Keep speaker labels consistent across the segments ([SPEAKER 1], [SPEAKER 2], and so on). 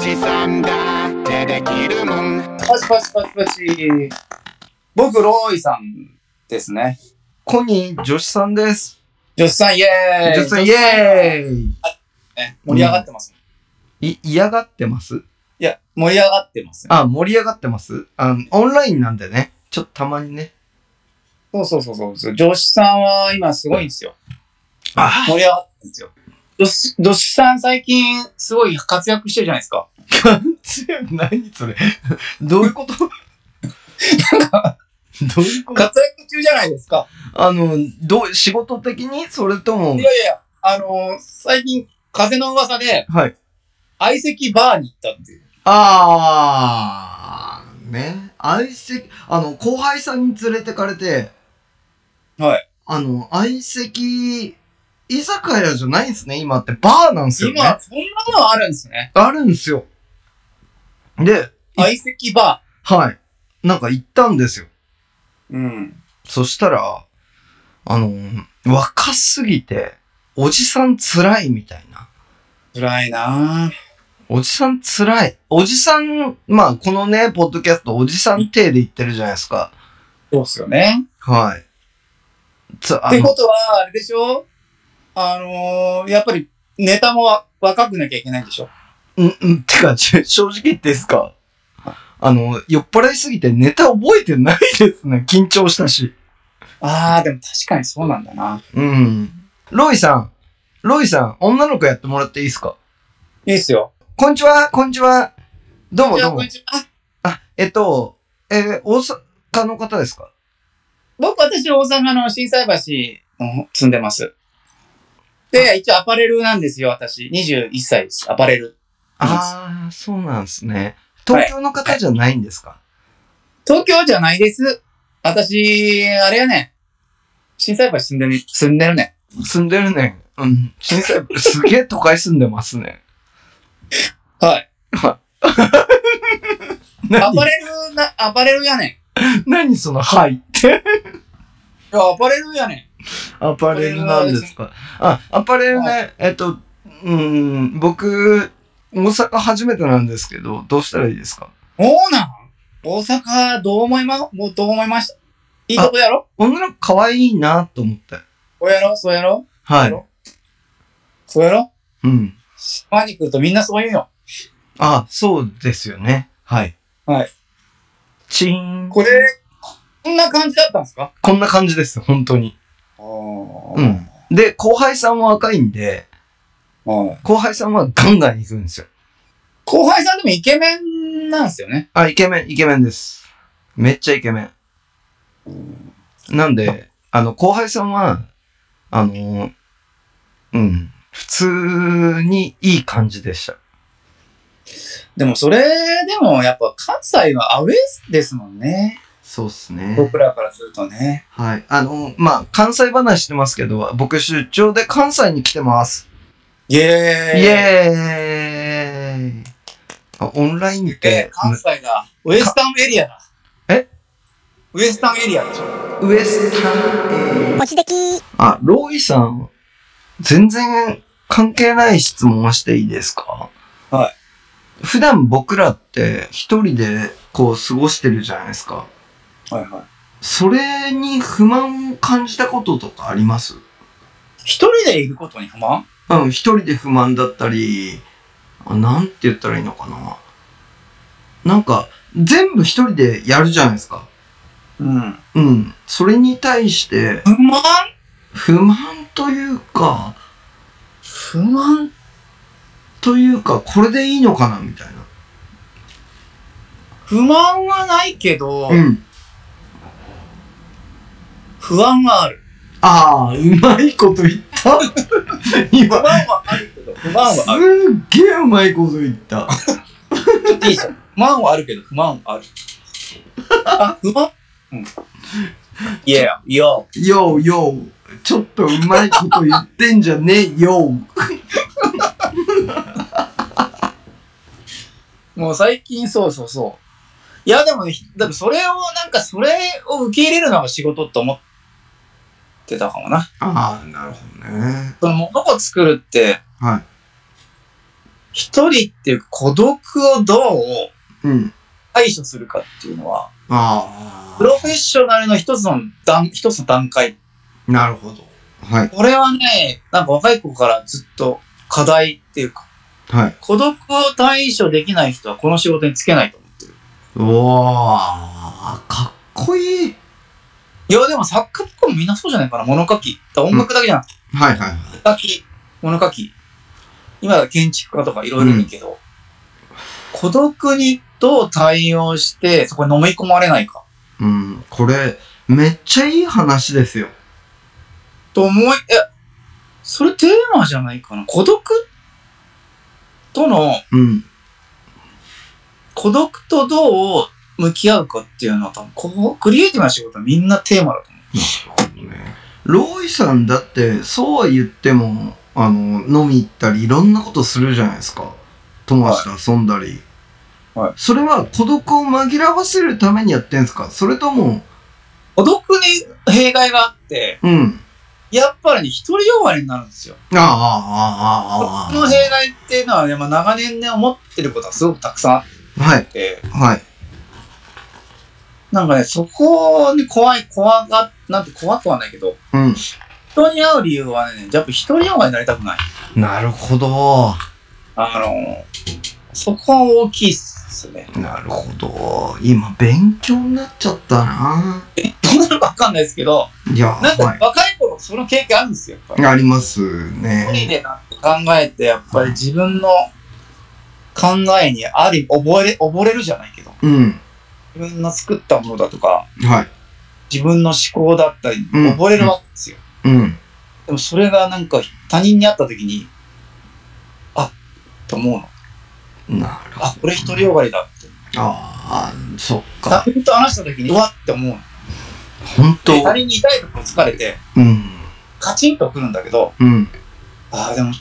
[SPEAKER 1] じさんだってできるもん
[SPEAKER 2] パチパチパチパチ。僕、ローイさんですね。
[SPEAKER 3] コニー女子さんです。
[SPEAKER 2] 女子さんイエーイ
[SPEAKER 3] 女子さん、イエーイ
[SPEAKER 2] ね盛り上がってますね。
[SPEAKER 3] い、嫌がってます
[SPEAKER 2] いや、盛り上がってますね。
[SPEAKER 3] あ、盛り上がってますあの、オンラインなんでね。ちょっとたまにね。
[SPEAKER 2] そうそうそうそうそう。女子さんは今すごいんですよ。
[SPEAKER 3] あ
[SPEAKER 2] 盛り上がってるんですよ。女子女子さん最近すごい活躍してるじゃないですか。
[SPEAKER 3] 何それ どういうことどういうこと
[SPEAKER 2] 活躍中じゃないですか。
[SPEAKER 3] あの、どう、仕事的にそれとも
[SPEAKER 2] い、やいやいや、あのー最近風の噂で
[SPEAKER 3] はい。
[SPEAKER 2] 相席バーに行ったっていう。
[SPEAKER 3] あー、ね。相席、あの、後輩さんに連れてかれて、
[SPEAKER 2] はい。
[SPEAKER 3] あの、相席、居酒屋じゃないんですね、今って。バーなんですよね
[SPEAKER 2] 今、。そんなのあるんですね。
[SPEAKER 3] あるんですよ。で、
[SPEAKER 2] 相席バ
[SPEAKER 3] はい。なんか行ったんですよ。
[SPEAKER 2] ー。うん。
[SPEAKER 3] そしたら、あの、若すぎて、おじさん辛いみたいな。
[SPEAKER 2] 辛いなぁ。
[SPEAKER 3] おじさん辛い。おじさん、まあ、このね、ポッドキャスト、おじさん体で言ってるじゃないですか。
[SPEAKER 2] そうっすよね。
[SPEAKER 3] はい。つ、
[SPEAKER 2] っ
[SPEAKER 3] あ
[SPEAKER 2] て
[SPEAKER 3] の、
[SPEAKER 2] ことは、あれでしょあのーやっぱりネタもわ若くなきゃいけないんでしょ
[SPEAKER 3] うん、うん、てか、ちょ正直言っていいですか。あの、酔っ払いすぎてネタ覚えてないですね。緊張したし。
[SPEAKER 2] ああ、でも確かにそうなんだな。
[SPEAKER 3] うん。ロイさん、ロイさん、女の子やってもらっていいですか
[SPEAKER 2] いいっすよ。
[SPEAKER 3] こんにちは、こんにちは。どうも
[SPEAKER 2] じゃ
[SPEAKER 3] ど
[SPEAKER 2] あ、
[SPEAKER 3] う
[SPEAKER 2] こ
[SPEAKER 3] も
[SPEAKER 2] んに。ちは。あ
[SPEAKER 3] あ、えっと、えー大阪の方ですか
[SPEAKER 2] 僕、私、大阪の心斎橋の住んでます。で、一応アパレルなんですよ、私。21歳です。アパレル。
[SPEAKER 3] ああ、そうなんですね。東京の方じゃないんですか、
[SPEAKER 2] 東京じゃないです。私、あれやね。心斎橋住んでる、住んでるね。
[SPEAKER 3] 住んでるね。うん。小さい。すげえ都会住んでますね。
[SPEAKER 2] はい。ア
[SPEAKER 3] 何
[SPEAKER 2] パレルな、アパレルやねん。い
[SPEAKER 3] 何その、はいって。
[SPEAKER 2] や、アパレルやねん。
[SPEAKER 3] アパレルなんですかあ、アパレル
[SPEAKER 2] は
[SPEAKER 3] ね、えっと、うーん、僕、大阪初めてなんですけど、どうしたらいいですか
[SPEAKER 2] そうなん大阪、どう思いま、もうどう思いましたいいとこやろ
[SPEAKER 3] 女の子可愛いなと思って。
[SPEAKER 2] こうやろそうやろ
[SPEAKER 3] はい。
[SPEAKER 2] そうやろ
[SPEAKER 3] うん。
[SPEAKER 2] 島に来るとみんなそう言うよ。
[SPEAKER 3] あ、そうですよね。はい。
[SPEAKER 2] はい。
[SPEAKER 3] チーン。
[SPEAKER 2] これ、こんな感じだったんですか
[SPEAKER 3] こんな感じです、本当に。
[SPEAKER 2] う
[SPEAKER 3] うんん。で、後輩さんも若いんで、後輩さんはガンガン行くんですよ。
[SPEAKER 2] 後輩さんでもイケメンなんですよね。
[SPEAKER 3] あ、イケメン、イケメンです。めっちゃイケメン。なんで、あの、後輩さんは、あの、うん、普通にいい感じでした。
[SPEAKER 2] でもそれでもやっぱ関西はアウェイですもんね。
[SPEAKER 3] そうっすね
[SPEAKER 2] 僕らからするとね。
[SPEAKER 3] はい。あの、まあ、関西話してますけど、僕出張で関西に来てます。
[SPEAKER 2] イエーイ
[SPEAKER 3] イエーイあオンラインっ
[SPEAKER 2] え
[SPEAKER 3] て、
[SPEAKER 2] 関西がウエスタンエリアだ。
[SPEAKER 3] え
[SPEAKER 2] ウエスタンエリアでしょ。
[SPEAKER 3] ウエスタン
[SPEAKER 4] ポチ的
[SPEAKER 3] あ、ロイさん、全然関係ない質問をしていいですか。
[SPEAKER 2] はい
[SPEAKER 3] 普段僕らって一人でこう過ごしてるじゃないですか。
[SPEAKER 2] はいはい。
[SPEAKER 3] それに不満を感じたこととかあります
[SPEAKER 2] 一人でいることに不満
[SPEAKER 3] うん、一人で不満だったり、あなんて言ったらいいのかな。なんか、全部一人でやるじゃないですか。
[SPEAKER 2] うん。
[SPEAKER 3] うん。それに対して、
[SPEAKER 2] 不満
[SPEAKER 3] 不満というか、
[SPEAKER 2] 不満
[SPEAKER 3] というか、これでいいのかなみたいな。
[SPEAKER 2] 不満はないけど、
[SPEAKER 3] うん。
[SPEAKER 2] 不安はある。
[SPEAKER 3] ああ、うまいこと言 った。今、
[SPEAKER 2] 不安はあるけど、不満
[SPEAKER 3] す
[SPEAKER 2] はある。
[SPEAKER 3] っげえうまいこと言った。
[SPEAKER 2] ちょっといいじゃん。不満はあるけど、不満はある。あ、不満うん。いや、いや。
[SPEAKER 3] ようよう、ちょっとうまいこと言ってんじゃねえよ。
[SPEAKER 2] もう最近そうそうそう。いや、でもね、だからそれを、なんかそれを受け入れるのが仕事と思ってたかもな。
[SPEAKER 3] ああ、なるほどね。
[SPEAKER 2] その物を作るって、
[SPEAKER 3] はい。
[SPEAKER 2] 一人っていう孤独をどう
[SPEAKER 3] うん。
[SPEAKER 2] 対処するかっていうのは、
[SPEAKER 3] あ
[SPEAKER 2] プロフェッショナルの一つの段、一つの段階。
[SPEAKER 3] あ。なるほど。はい。
[SPEAKER 2] これはね、なんか若い子からずっと課題っていうか、
[SPEAKER 3] はい。
[SPEAKER 2] 孤独を対処できない人はこの仕事につけないと思ってる。
[SPEAKER 3] おー、かっこいい。
[SPEAKER 2] いや、でも作家とかもみんなそうじゃないかな。物書き。だから音楽だけじゃなくて、
[SPEAKER 3] はいはいはい。
[SPEAKER 2] 書き、物書き。今、建築家とかいろいろいるけど、孤独にどう対応して、そこに飲み込まれないか。
[SPEAKER 3] うん。これ、めっちゃいい話ですよ。
[SPEAKER 2] と思い、え、それテーマじゃないかな。孤独との、
[SPEAKER 3] うん。
[SPEAKER 2] 孤独とどう向き合うかっていうのは多分、こう、クリエイティブな仕事はみんなテーマだと思う。
[SPEAKER 3] ロイさんだって、そうは言っても、あの、飲み行ったり、いろんなことするじゃないですか。友達と遊んだり。
[SPEAKER 2] はい
[SPEAKER 3] それは孤独を紛らわせるためにやってんすかそれとも、
[SPEAKER 2] 孤独に弊害があって、
[SPEAKER 3] うん。
[SPEAKER 2] やっぱりね、一人弱りになるんですよ。
[SPEAKER 3] ああ、ああ、ああ、ああ。
[SPEAKER 2] この弊害っていうのはね、まあ、長年ね、思ってることがすごくたくさんあ
[SPEAKER 3] はい、
[SPEAKER 2] って、
[SPEAKER 3] はい。
[SPEAKER 2] なんかね、そこに怖い、怖が、なんて怖くはないけど、
[SPEAKER 3] うん。
[SPEAKER 2] 人に会う理由はね、やっぱ一人弱りになりたくない。
[SPEAKER 3] なるほど。
[SPEAKER 2] あの、そこは大きいっすね。
[SPEAKER 3] なるほど。今、勉強になっちゃったな。
[SPEAKER 2] どうなるかわかんないですけど、
[SPEAKER 3] いや、
[SPEAKER 2] なんか
[SPEAKER 3] は
[SPEAKER 2] 若い頃その経験あるんですよ、やっぱり
[SPEAKER 3] い。。あります
[SPEAKER 2] 一人
[SPEAKER 3] ね。
[SPEAKER 2] でなんか考えて、やっぱり自分の考えにあり、溺れ、溺れるじゃないけど、
[SPEAKER 3] うん。
[SPEAKER 2] 自分の作ったものだとか、
[SPEAKER 3] はい。
[SPEAKER 2] 自分の思考だったり、
[SPEAKER 3] うん
[SPEAKER 2] 溺れるわけですよ。
[SPEAKER 3] うん。
[SPEAKER 2] でもそれがなんか他人に会った時に、あっと思うの。
[SPEAKER 3] なるほど。
[SPEAKER 2] あ、これ一人よがりだって。
[SPEAKER 3] ああ、そっか。
[SPEAKER 2] 他人と話した時に、うわっって思うの。
[SPEAKER 3] 本当
[SPEAKER 2] で他人に痛いところ疲れて、
[SPEAKER 3] うん。
[SPEAKER 2] カチンとくるんだけど、
[SPEAKER 3] うん。
[SPEAKER 2] ああ、でも、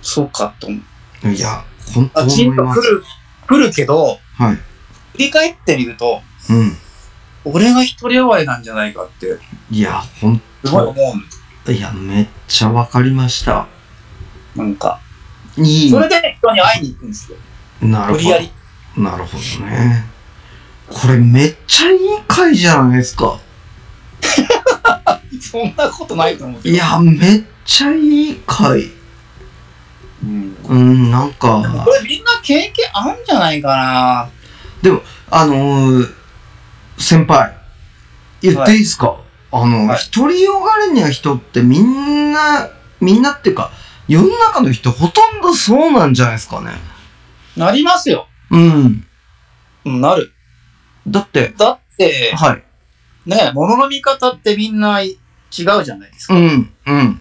[SPEAKER 2] そうかと思う。
[SPEAKER 3] いや、本当
[SPEAKER 2] カチ
[SPEAKER 3] 思
[SPEAKER 2] ン
[SPEAKER 3] い
[SPEAKER 2] と
[SPEAKER 3] ま
[SPEAKER 2] く
[SPEAKER 3] す。
[SPEAKER 2] る、くるけど、
[SPEAKER 3] はい。
[SPEAKER 2] 振り返ってみると、
[SPEAKER 3] うん。
[SPEAKER 2] 俺が一人弱いなんじゃないかって、
[SPEAKER 3] いや、ほん、
[SPEAKER 2] すごい思う
[SPEAKER 3] いや、めっちゃわかりました。
[SPEAKER 2] の。なんか。
[SPEAKER 3] いい
[SPEAKER 2] そ。れでね、人に会いに行くんですよ。
[SPEAKER 3] なる
[SPEAKER 2] 無
[SPEAKER 3] ほ
[SPEAKER 2] 理やり。
[SPEAKER 3] ど。なるほどね。これめっちゃいい回じゃないですか。
[SPEAKER 2] そんなことないと思うけ
[SPEAKER 3] い
[SPEAKER 2] ど。
[SPEAKER 3] や、めっちゃいい回。
[SPEAKER 2] うん。で
[SPEAKER 3] うん、なん
[SPEAKER 2] も
[SPEAKER 3] か
[SPEAKER 2] こ、れみんな経験あるんじゃないかな。
[SPEAKER 3] あのー、先輩、言っていいですか、あの、
[SPEAKER 2] はい
[SPEAKER 3] 一人よがりな人ってみんな、みんなっていうか、世の中の人ほとんどそうなんじゃないですかね。
[SPEAKER 2] なりますよ。
[SPEAKER 3] うん。
[SPEAKER 2] うん、なる。
[SPEAKER 3] だって、
[SPEAKER 2] だって、
[SPEAKER 3] はい。
[SPEAKER 2] ね、物の見方ってみんな違うじゃないですか。
[SPEAKER 3] うん、うん、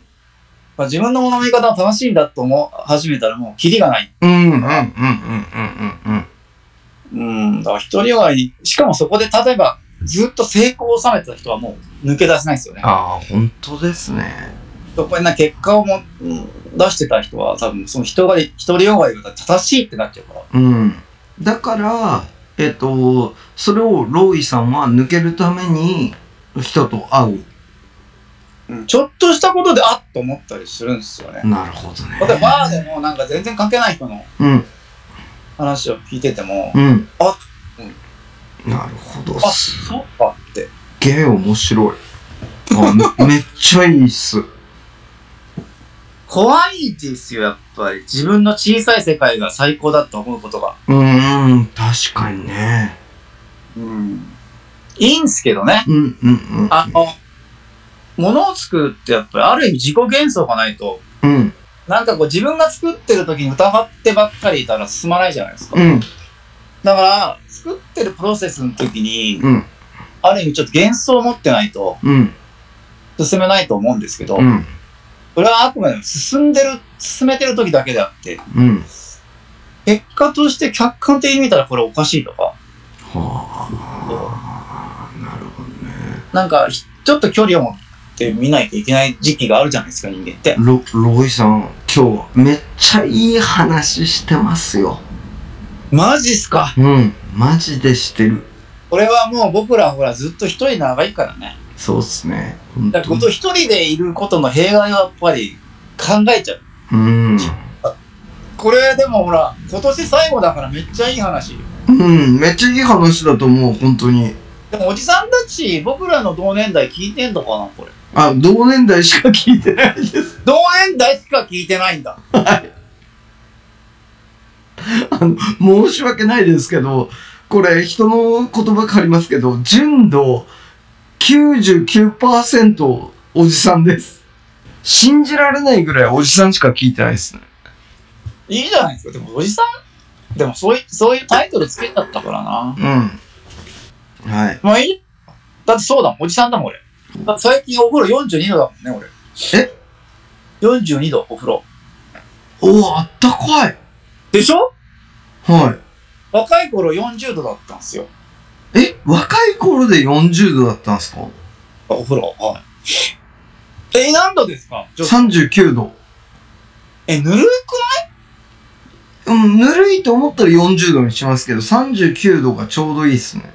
[SPEAKER 2] まあ、自分の物の見方が楽しいんだと思う始めたらもうキリがない。
[SPEAKER 3] うん、うん、うん、うん、うん、うん。
[SPEAKER 2] うん、だから一人弱い。しかもそこで例えば、ずっと成功を収めてた人はもう抜け出せないですよね。
[SPEAKER 3] ああ、本当ですね。
[SPEAKER 2] そこにな結果をも、うん出してた人は多分その人が一人よがりが正しいってなっちゃうか
[SPEAKER 3] う
[SPEAKER 2] ら。
[SPEAKER 3] ん。だから、えっと、それをロイさんは抜けるために人と会う。
[SPEAKER 2] ちょっとしたことであっと思ったりするんですよね。
[SPEAKER 3] なるほどね。
[SPEAKER 2] 例えばバーでもなんか全然関係ない人の
[SPEAKER 3] うん、
[SPEAKER 2] 話を聞いてても、
[SPEAKER 3] うん。
[SPEAKER 2] あ
[SPEAKER 3] なるほど。
[SPEAKER 2] あ、
[SPEAKER 3] す
[SPEAKER 2] そうかって。
[SPEAKER 3] っげえ面白い。あめ めっちゃいいっす。
[SPEAKER 2] 怖いですよ、やっぱり。自分の小さい世界が最高だと思うことが。
[SPEAKER 3] うーん、確かにね。
[SPEAKER 2] うん。いいんすけどね。
[SPEAKER 3] うん、うん、うん。
[SPEAKER 2] あの、物を作るってやっぱりある意味自己幻想がないと、
[SPEAKER 3] うん、
[SPEAKER 2] なんかこう自分が作ってる時に疑ってばっかりいたら進まないじゃないですか。
[SPEAKER 3] うん、
[SPEAKER 2] だから、作ってるプロセスの時に、
[SPEAKER 3] うん、
[SPEAKER 2] ある意味ちょっと幻想を持ってないと、
[SPEAKER 3] うん、
[SPEAKER 2] 進めないと思うんですけど、
[SPEAKER 3] うん、
[SPEAKER 2] これはあくまでも進んでる、進めてる時だけであって、
[SPEAKER 3] うん。
[SPEAKER 2] 結果として客観的に見たらこれおかしいとか、
[SPEAKER 3] はあ、なるほどね。
[SPEAKER 2] なんかひちょっと距離を持って見ないといけない時期があるじゃないですか、人間って。
[SPEAKER 3] ロロイさん、今日めっちゃいい話してますよ。
[SPEAKER 2] マジっすか
[SPEAKER 3] うん、マジでしてる。
[SPEAKER 2] これはもう僕らほらずっと一人長いからね。
[SPEAKER 3] そうっすね。本
[SPEAKER 2] だか
[SPEAKER 3] 当
[SPEAKER 2] らこと
[SPEAKER 3] に。
[SPEAKER 2] 一人でいることの弊害はやっぱり考えちゃう。
[SPEAKER 3] うん。
[SPEAKER 2] これでもほら、今年最後だからめっちゃいい話。
[SPEAKER 3] うん、めっちゃいい話だと思う、本当に。
[SPEAKER 2] でもおじさんたち、僕らの同年代聞いてんのかな、これ。
[SPEAKER 3] あ、同年代しか聞いて ないです。
[SPEAKER 2] 同年代しか聞いてないんだ。
[SPEAKER 3] あの、申し訳ないですけど、これ人の言葉借りますけど、純度99%おじさんです。信じられないぐらいおじさんしか聞いてないですね。
[SPEAKER 2] いいじゃないですか。でもおじさんでもそういそういうタイトルつけちゃったからな。
[SPEAKER 3] うん。はい。
[SPEAKER 2] まあいいだってそうだもん、おじさんだもん俺。だって最近お風呂42度だもんね、俺。
[SPEAKER 3] え
[SPEAKER 2] ?42 度、お風呂。
[SPEAKER 3] おー、あったかい。
[SPEAKER 2] でしょ
[SPEAKER 3] は
[SPEAKER 2] 若い頃40度だったんですよ。
[SPEAKER 3] い。え、若い頃で40度だったんですか
[SPEAKER 2] お風呂。はい。え、何度ですか
[SPEAKER 3] ?39 度。
[SPEAKER 2] え、ぬるく
[SPEAKER 3] うん、ぬるいと思ったら40度にしますけど、39度がちょうどいいですね。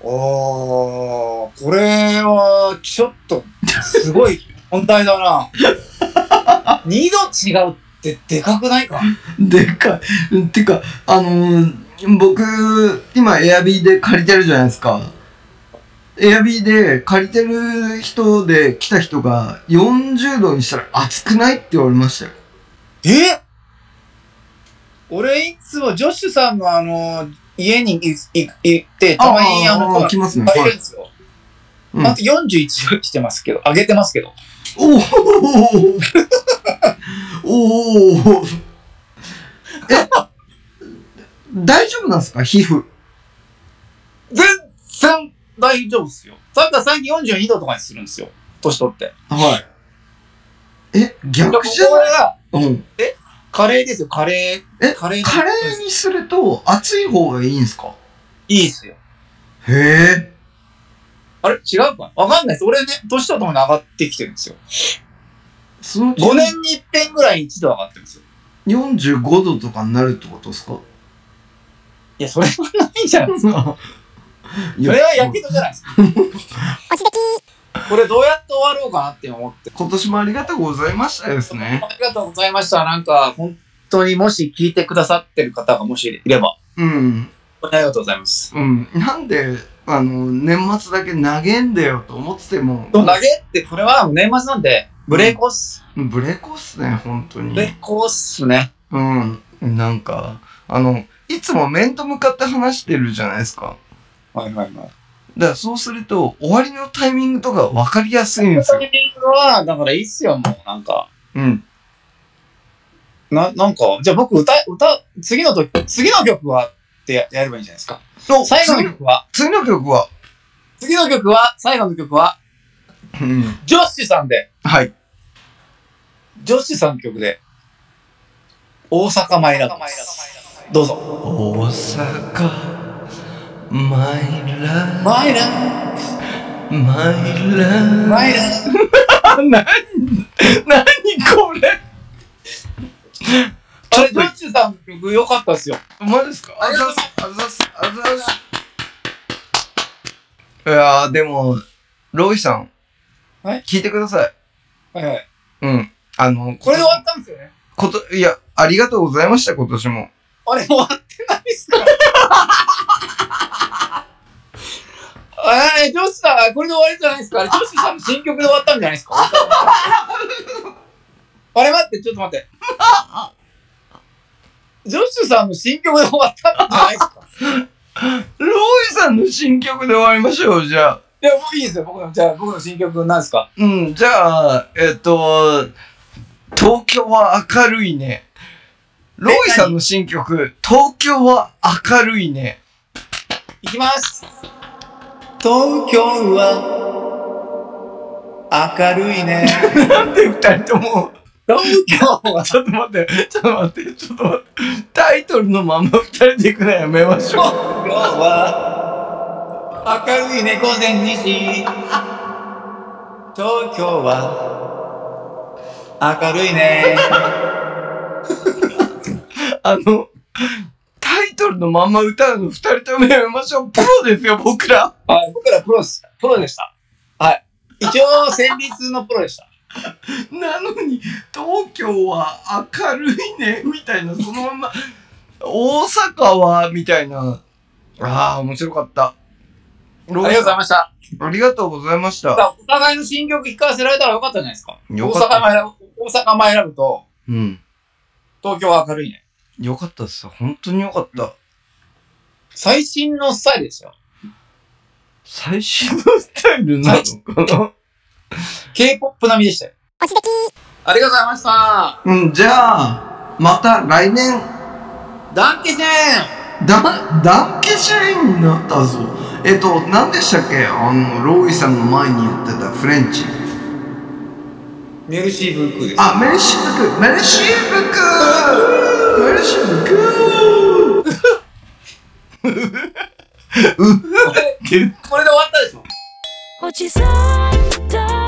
[SPEAKER 2] ああ、これは、ちょっと、すごい問題だな。二度違うってでかくないか
[SPEAKER 3] でかい。てか、あのー僕、今、エアビーで借りてるじゃないですか。エアビーで借りてる人で来た人が40度にしたら暑くないって言われましたよ。
[SPEAKER 2] え俺、いつもジョッシュさんのあの、家にいい行って、たまにあの、
[SPEAKER 3] ー来ますね。
[SPEAKER 2] 借り
[SPEAKER 3] は
[SPEAKER 2] るん
[SPEAKER 3] い。
[SPEAKER 2] ですよ。
[SPEAKER 3] うん
[SPEAKER 2] あと41度してますけど、上げてますけど。
[SPEAKER 3] おおおおおーえ、大丈夫なんですか皮膚。
[SPEAKER 2] 全然大丈夫っすよ。だから最近42度とかにするんですよ。年取って。
[SPEAKER 3] はい。え、
[SPEAKER 2] だから
[SPEAKER 3] 逆
[SPEAKER 2] こ
[SPEAKER 3] じゃ
[SPEAKER 2] れ
[SPEAKER 3] ない
[SPEAKER 2] が、
[SPEAKER 3] うん。
[SPEAKER 2] カレーですよ、カレー。
[SPEAKER 3] え
[SPEAKER 2] カレーの
[SPEAKER 3] カレーにすると熱い方がいいんですか
[SPEAKER 2] いいっすよ。
[SPEAKER 3] へえ。
[SPEAKER 2] あれ違うかなわかんないです。俺ね、年とともに上がってきてるんですよ。
[SPEAKER 3] そのうち
[SPEAKER 2] 5年に一遍ぐらい一度上がってるんですよ。
[SPEAKER 3] 45度とかになるってことです か
[SPEAKER 2] いや、それはないじゃん。
[SPEAKER 3] い
[SPEAKER 2] それはやけどじゃないですか。これどうやって終わろうかなって思って。
[SPEAKER 3] 今年もありがとうございましたですね。
[SPEAKER 2] ありがとうございました。なんか、本当にもし聞いてくださってる方がもしいれば、
[SPEAKER 3] うん。
[SPEAKER 2] ありがとうございます。
[SPEAKER 3] うん。なんで、あの、年末だけ投げんだよと思ってても、
[SPEAKER 2] でも投げって、これは年末なんで、ブレイクオス。
[SPEAKER 3] ブレコっすね、本当
[SPEAKER 2] ブレイ
[SPEAKER 3] に。
[SPEAKER 2] クオスね。
[SPEAKER 3] うん。なんか、あの、いつも面と向かって話してるじゃないですか。
[SPEAKER 2] はいはいはい。
[SPEAKER 3] だからそうすると、終わりのタイミングとか分かりやすいんです
[SPEAKER 2] タ
[SPEAKER 3] よ。
[SPEAKER 2] イミングは、だからいいっすよ、もう。なんか。
[SPEAKER 3] うん。
[SPEAKER 2] な、なんか、じゃあ僕歌え、歌、次の時、次の曲はってややればいいんじゃないですか。
[SPEAKER 3] お
[SPEAKER 2] 最後の
[SPEAKER 3] 次
[SPEAKER 2] 曲は、
[SPEAKER 3] 次の曲は、
[SPEAKER 2] 次の曲は、最後の曲は、
[SPEAKER 3] うん。
[SPEAKER 2] ジョッシュさんで、
[SPEAKER 3] はい。
[SPEAKER 2] ジョッシュさんの曲で、大阪マイラブです。どうぞ。
[SPEAKER 3] 大阪、マイラ
[SPEAKER 2] マイラ
[SPEAKER 3] ブ、マイラ
[SPEAKER 2] ブ、マイラブ。
[SPEAKER 3] 何、何これ
[SPEAKER 2] あれ、ジョッシュさんの曲良かったですよ。
[SPEAKER 3] マジですか
[SPEAKER 2] ありがと
[SPEAKER 3] あざっ
[SPEAKER 2] う
[SPEAKER 3] す、あざっす、あざっす。いやー、でも、ロイさん、
[SPEAKER 2] はい
[SPEAKER 3] 聞いてください。
[SPEAKER 2] はいはい。
[SPEAKER 3] うん。あの、
[SPEAKER 2] これで終わったんですよね。
[SPEAKER 3] こと、いや、ありがとうございました、今年も。
[SPEAKER 2] あれ、終わってないっすか えー、ジョッシュさん、これで終わりじゃないですかあれ、ジョッシュさんの新曲で終わったんじゃないですか あれ、待って、ちょっと待って。ジョッシュさんの新曲で終わったんじゃないですか
[SPEAKER 3] ロイさんの新曲で終わりましょう、じゃあ。
[SPEAKER 2] いや、もういいですよ、僕の、じゃあ、僕の新曲なんですか
[SPEAKER 3] うん、じゃあ、えっと、東京は明るいね。ロイさんの新曲、東京は明るいね。
[SPEAKER 2] いきます東京は明るいね
[SPEAKER 3] なんで二人とも、
[SPEAKER 2] 東京は
[SPEAKER 3] ちょっと待って、ちょっと待って、ちょっと待って、タイトルのまま二人で行くのやめましょう。
[SPEAKER 2] 今日は明るいね午前2時東京は明るいね
[SPEAKER 3] あの、タイトルのまま歌うの二人ともやめましょう。プロですよ、僕ら。
[SPEAKER 2] はい僕らプロですプロでしたはい一応先日のプロでした
[SPEAKER 3] なのに、東京は明るいね、みたいな、そのまま、大阪は、みたいな。ああ、面白かった。あり
[SPEAKER 2] りがとうございました。
[SPEAKER 5] ありがとうございまし
[SPEAKER 2] だ
[SPEAKER 5] た。
[SPEAKER 2] からお互いの新曲聞かせられたらよかったじゃないですか。
[SPEAKER 5] よかっ
[SPEAKER 2] 大阪
[SPEAKER 5] た。
[SPEAKER 2] マイラブ、大阪マイラブと、
[SPEAKER 5] うん。
[SPEAKER 2] 東京は明るいね。
[SPEAKER 5] よかったっす。本当によかった。
[SPEAKER 2] 最新のスタイルですよ。
[SPEAKER 5] 最新のスタイルなのか
[SPEAKER 2] K-POP 並みでしたよ。ありがとうございました。
[SPEAKER 3] うん、じゃあ、また来年、
[SPEAKER 2] ダンケセン
[SPEAKER 3] だ、ダンケシャインになったぞ。えっと、何でしたっけあの、ローイさんの前にやってたフレンチ。
[SPEAKER 2] メルシーブックです。
[SPEAKER 3] あ、メルシーブクメルシーブクメルシーブク
[SPEAKER 2] これで終わったでしょ
[SPEAKER 6] 落ち去った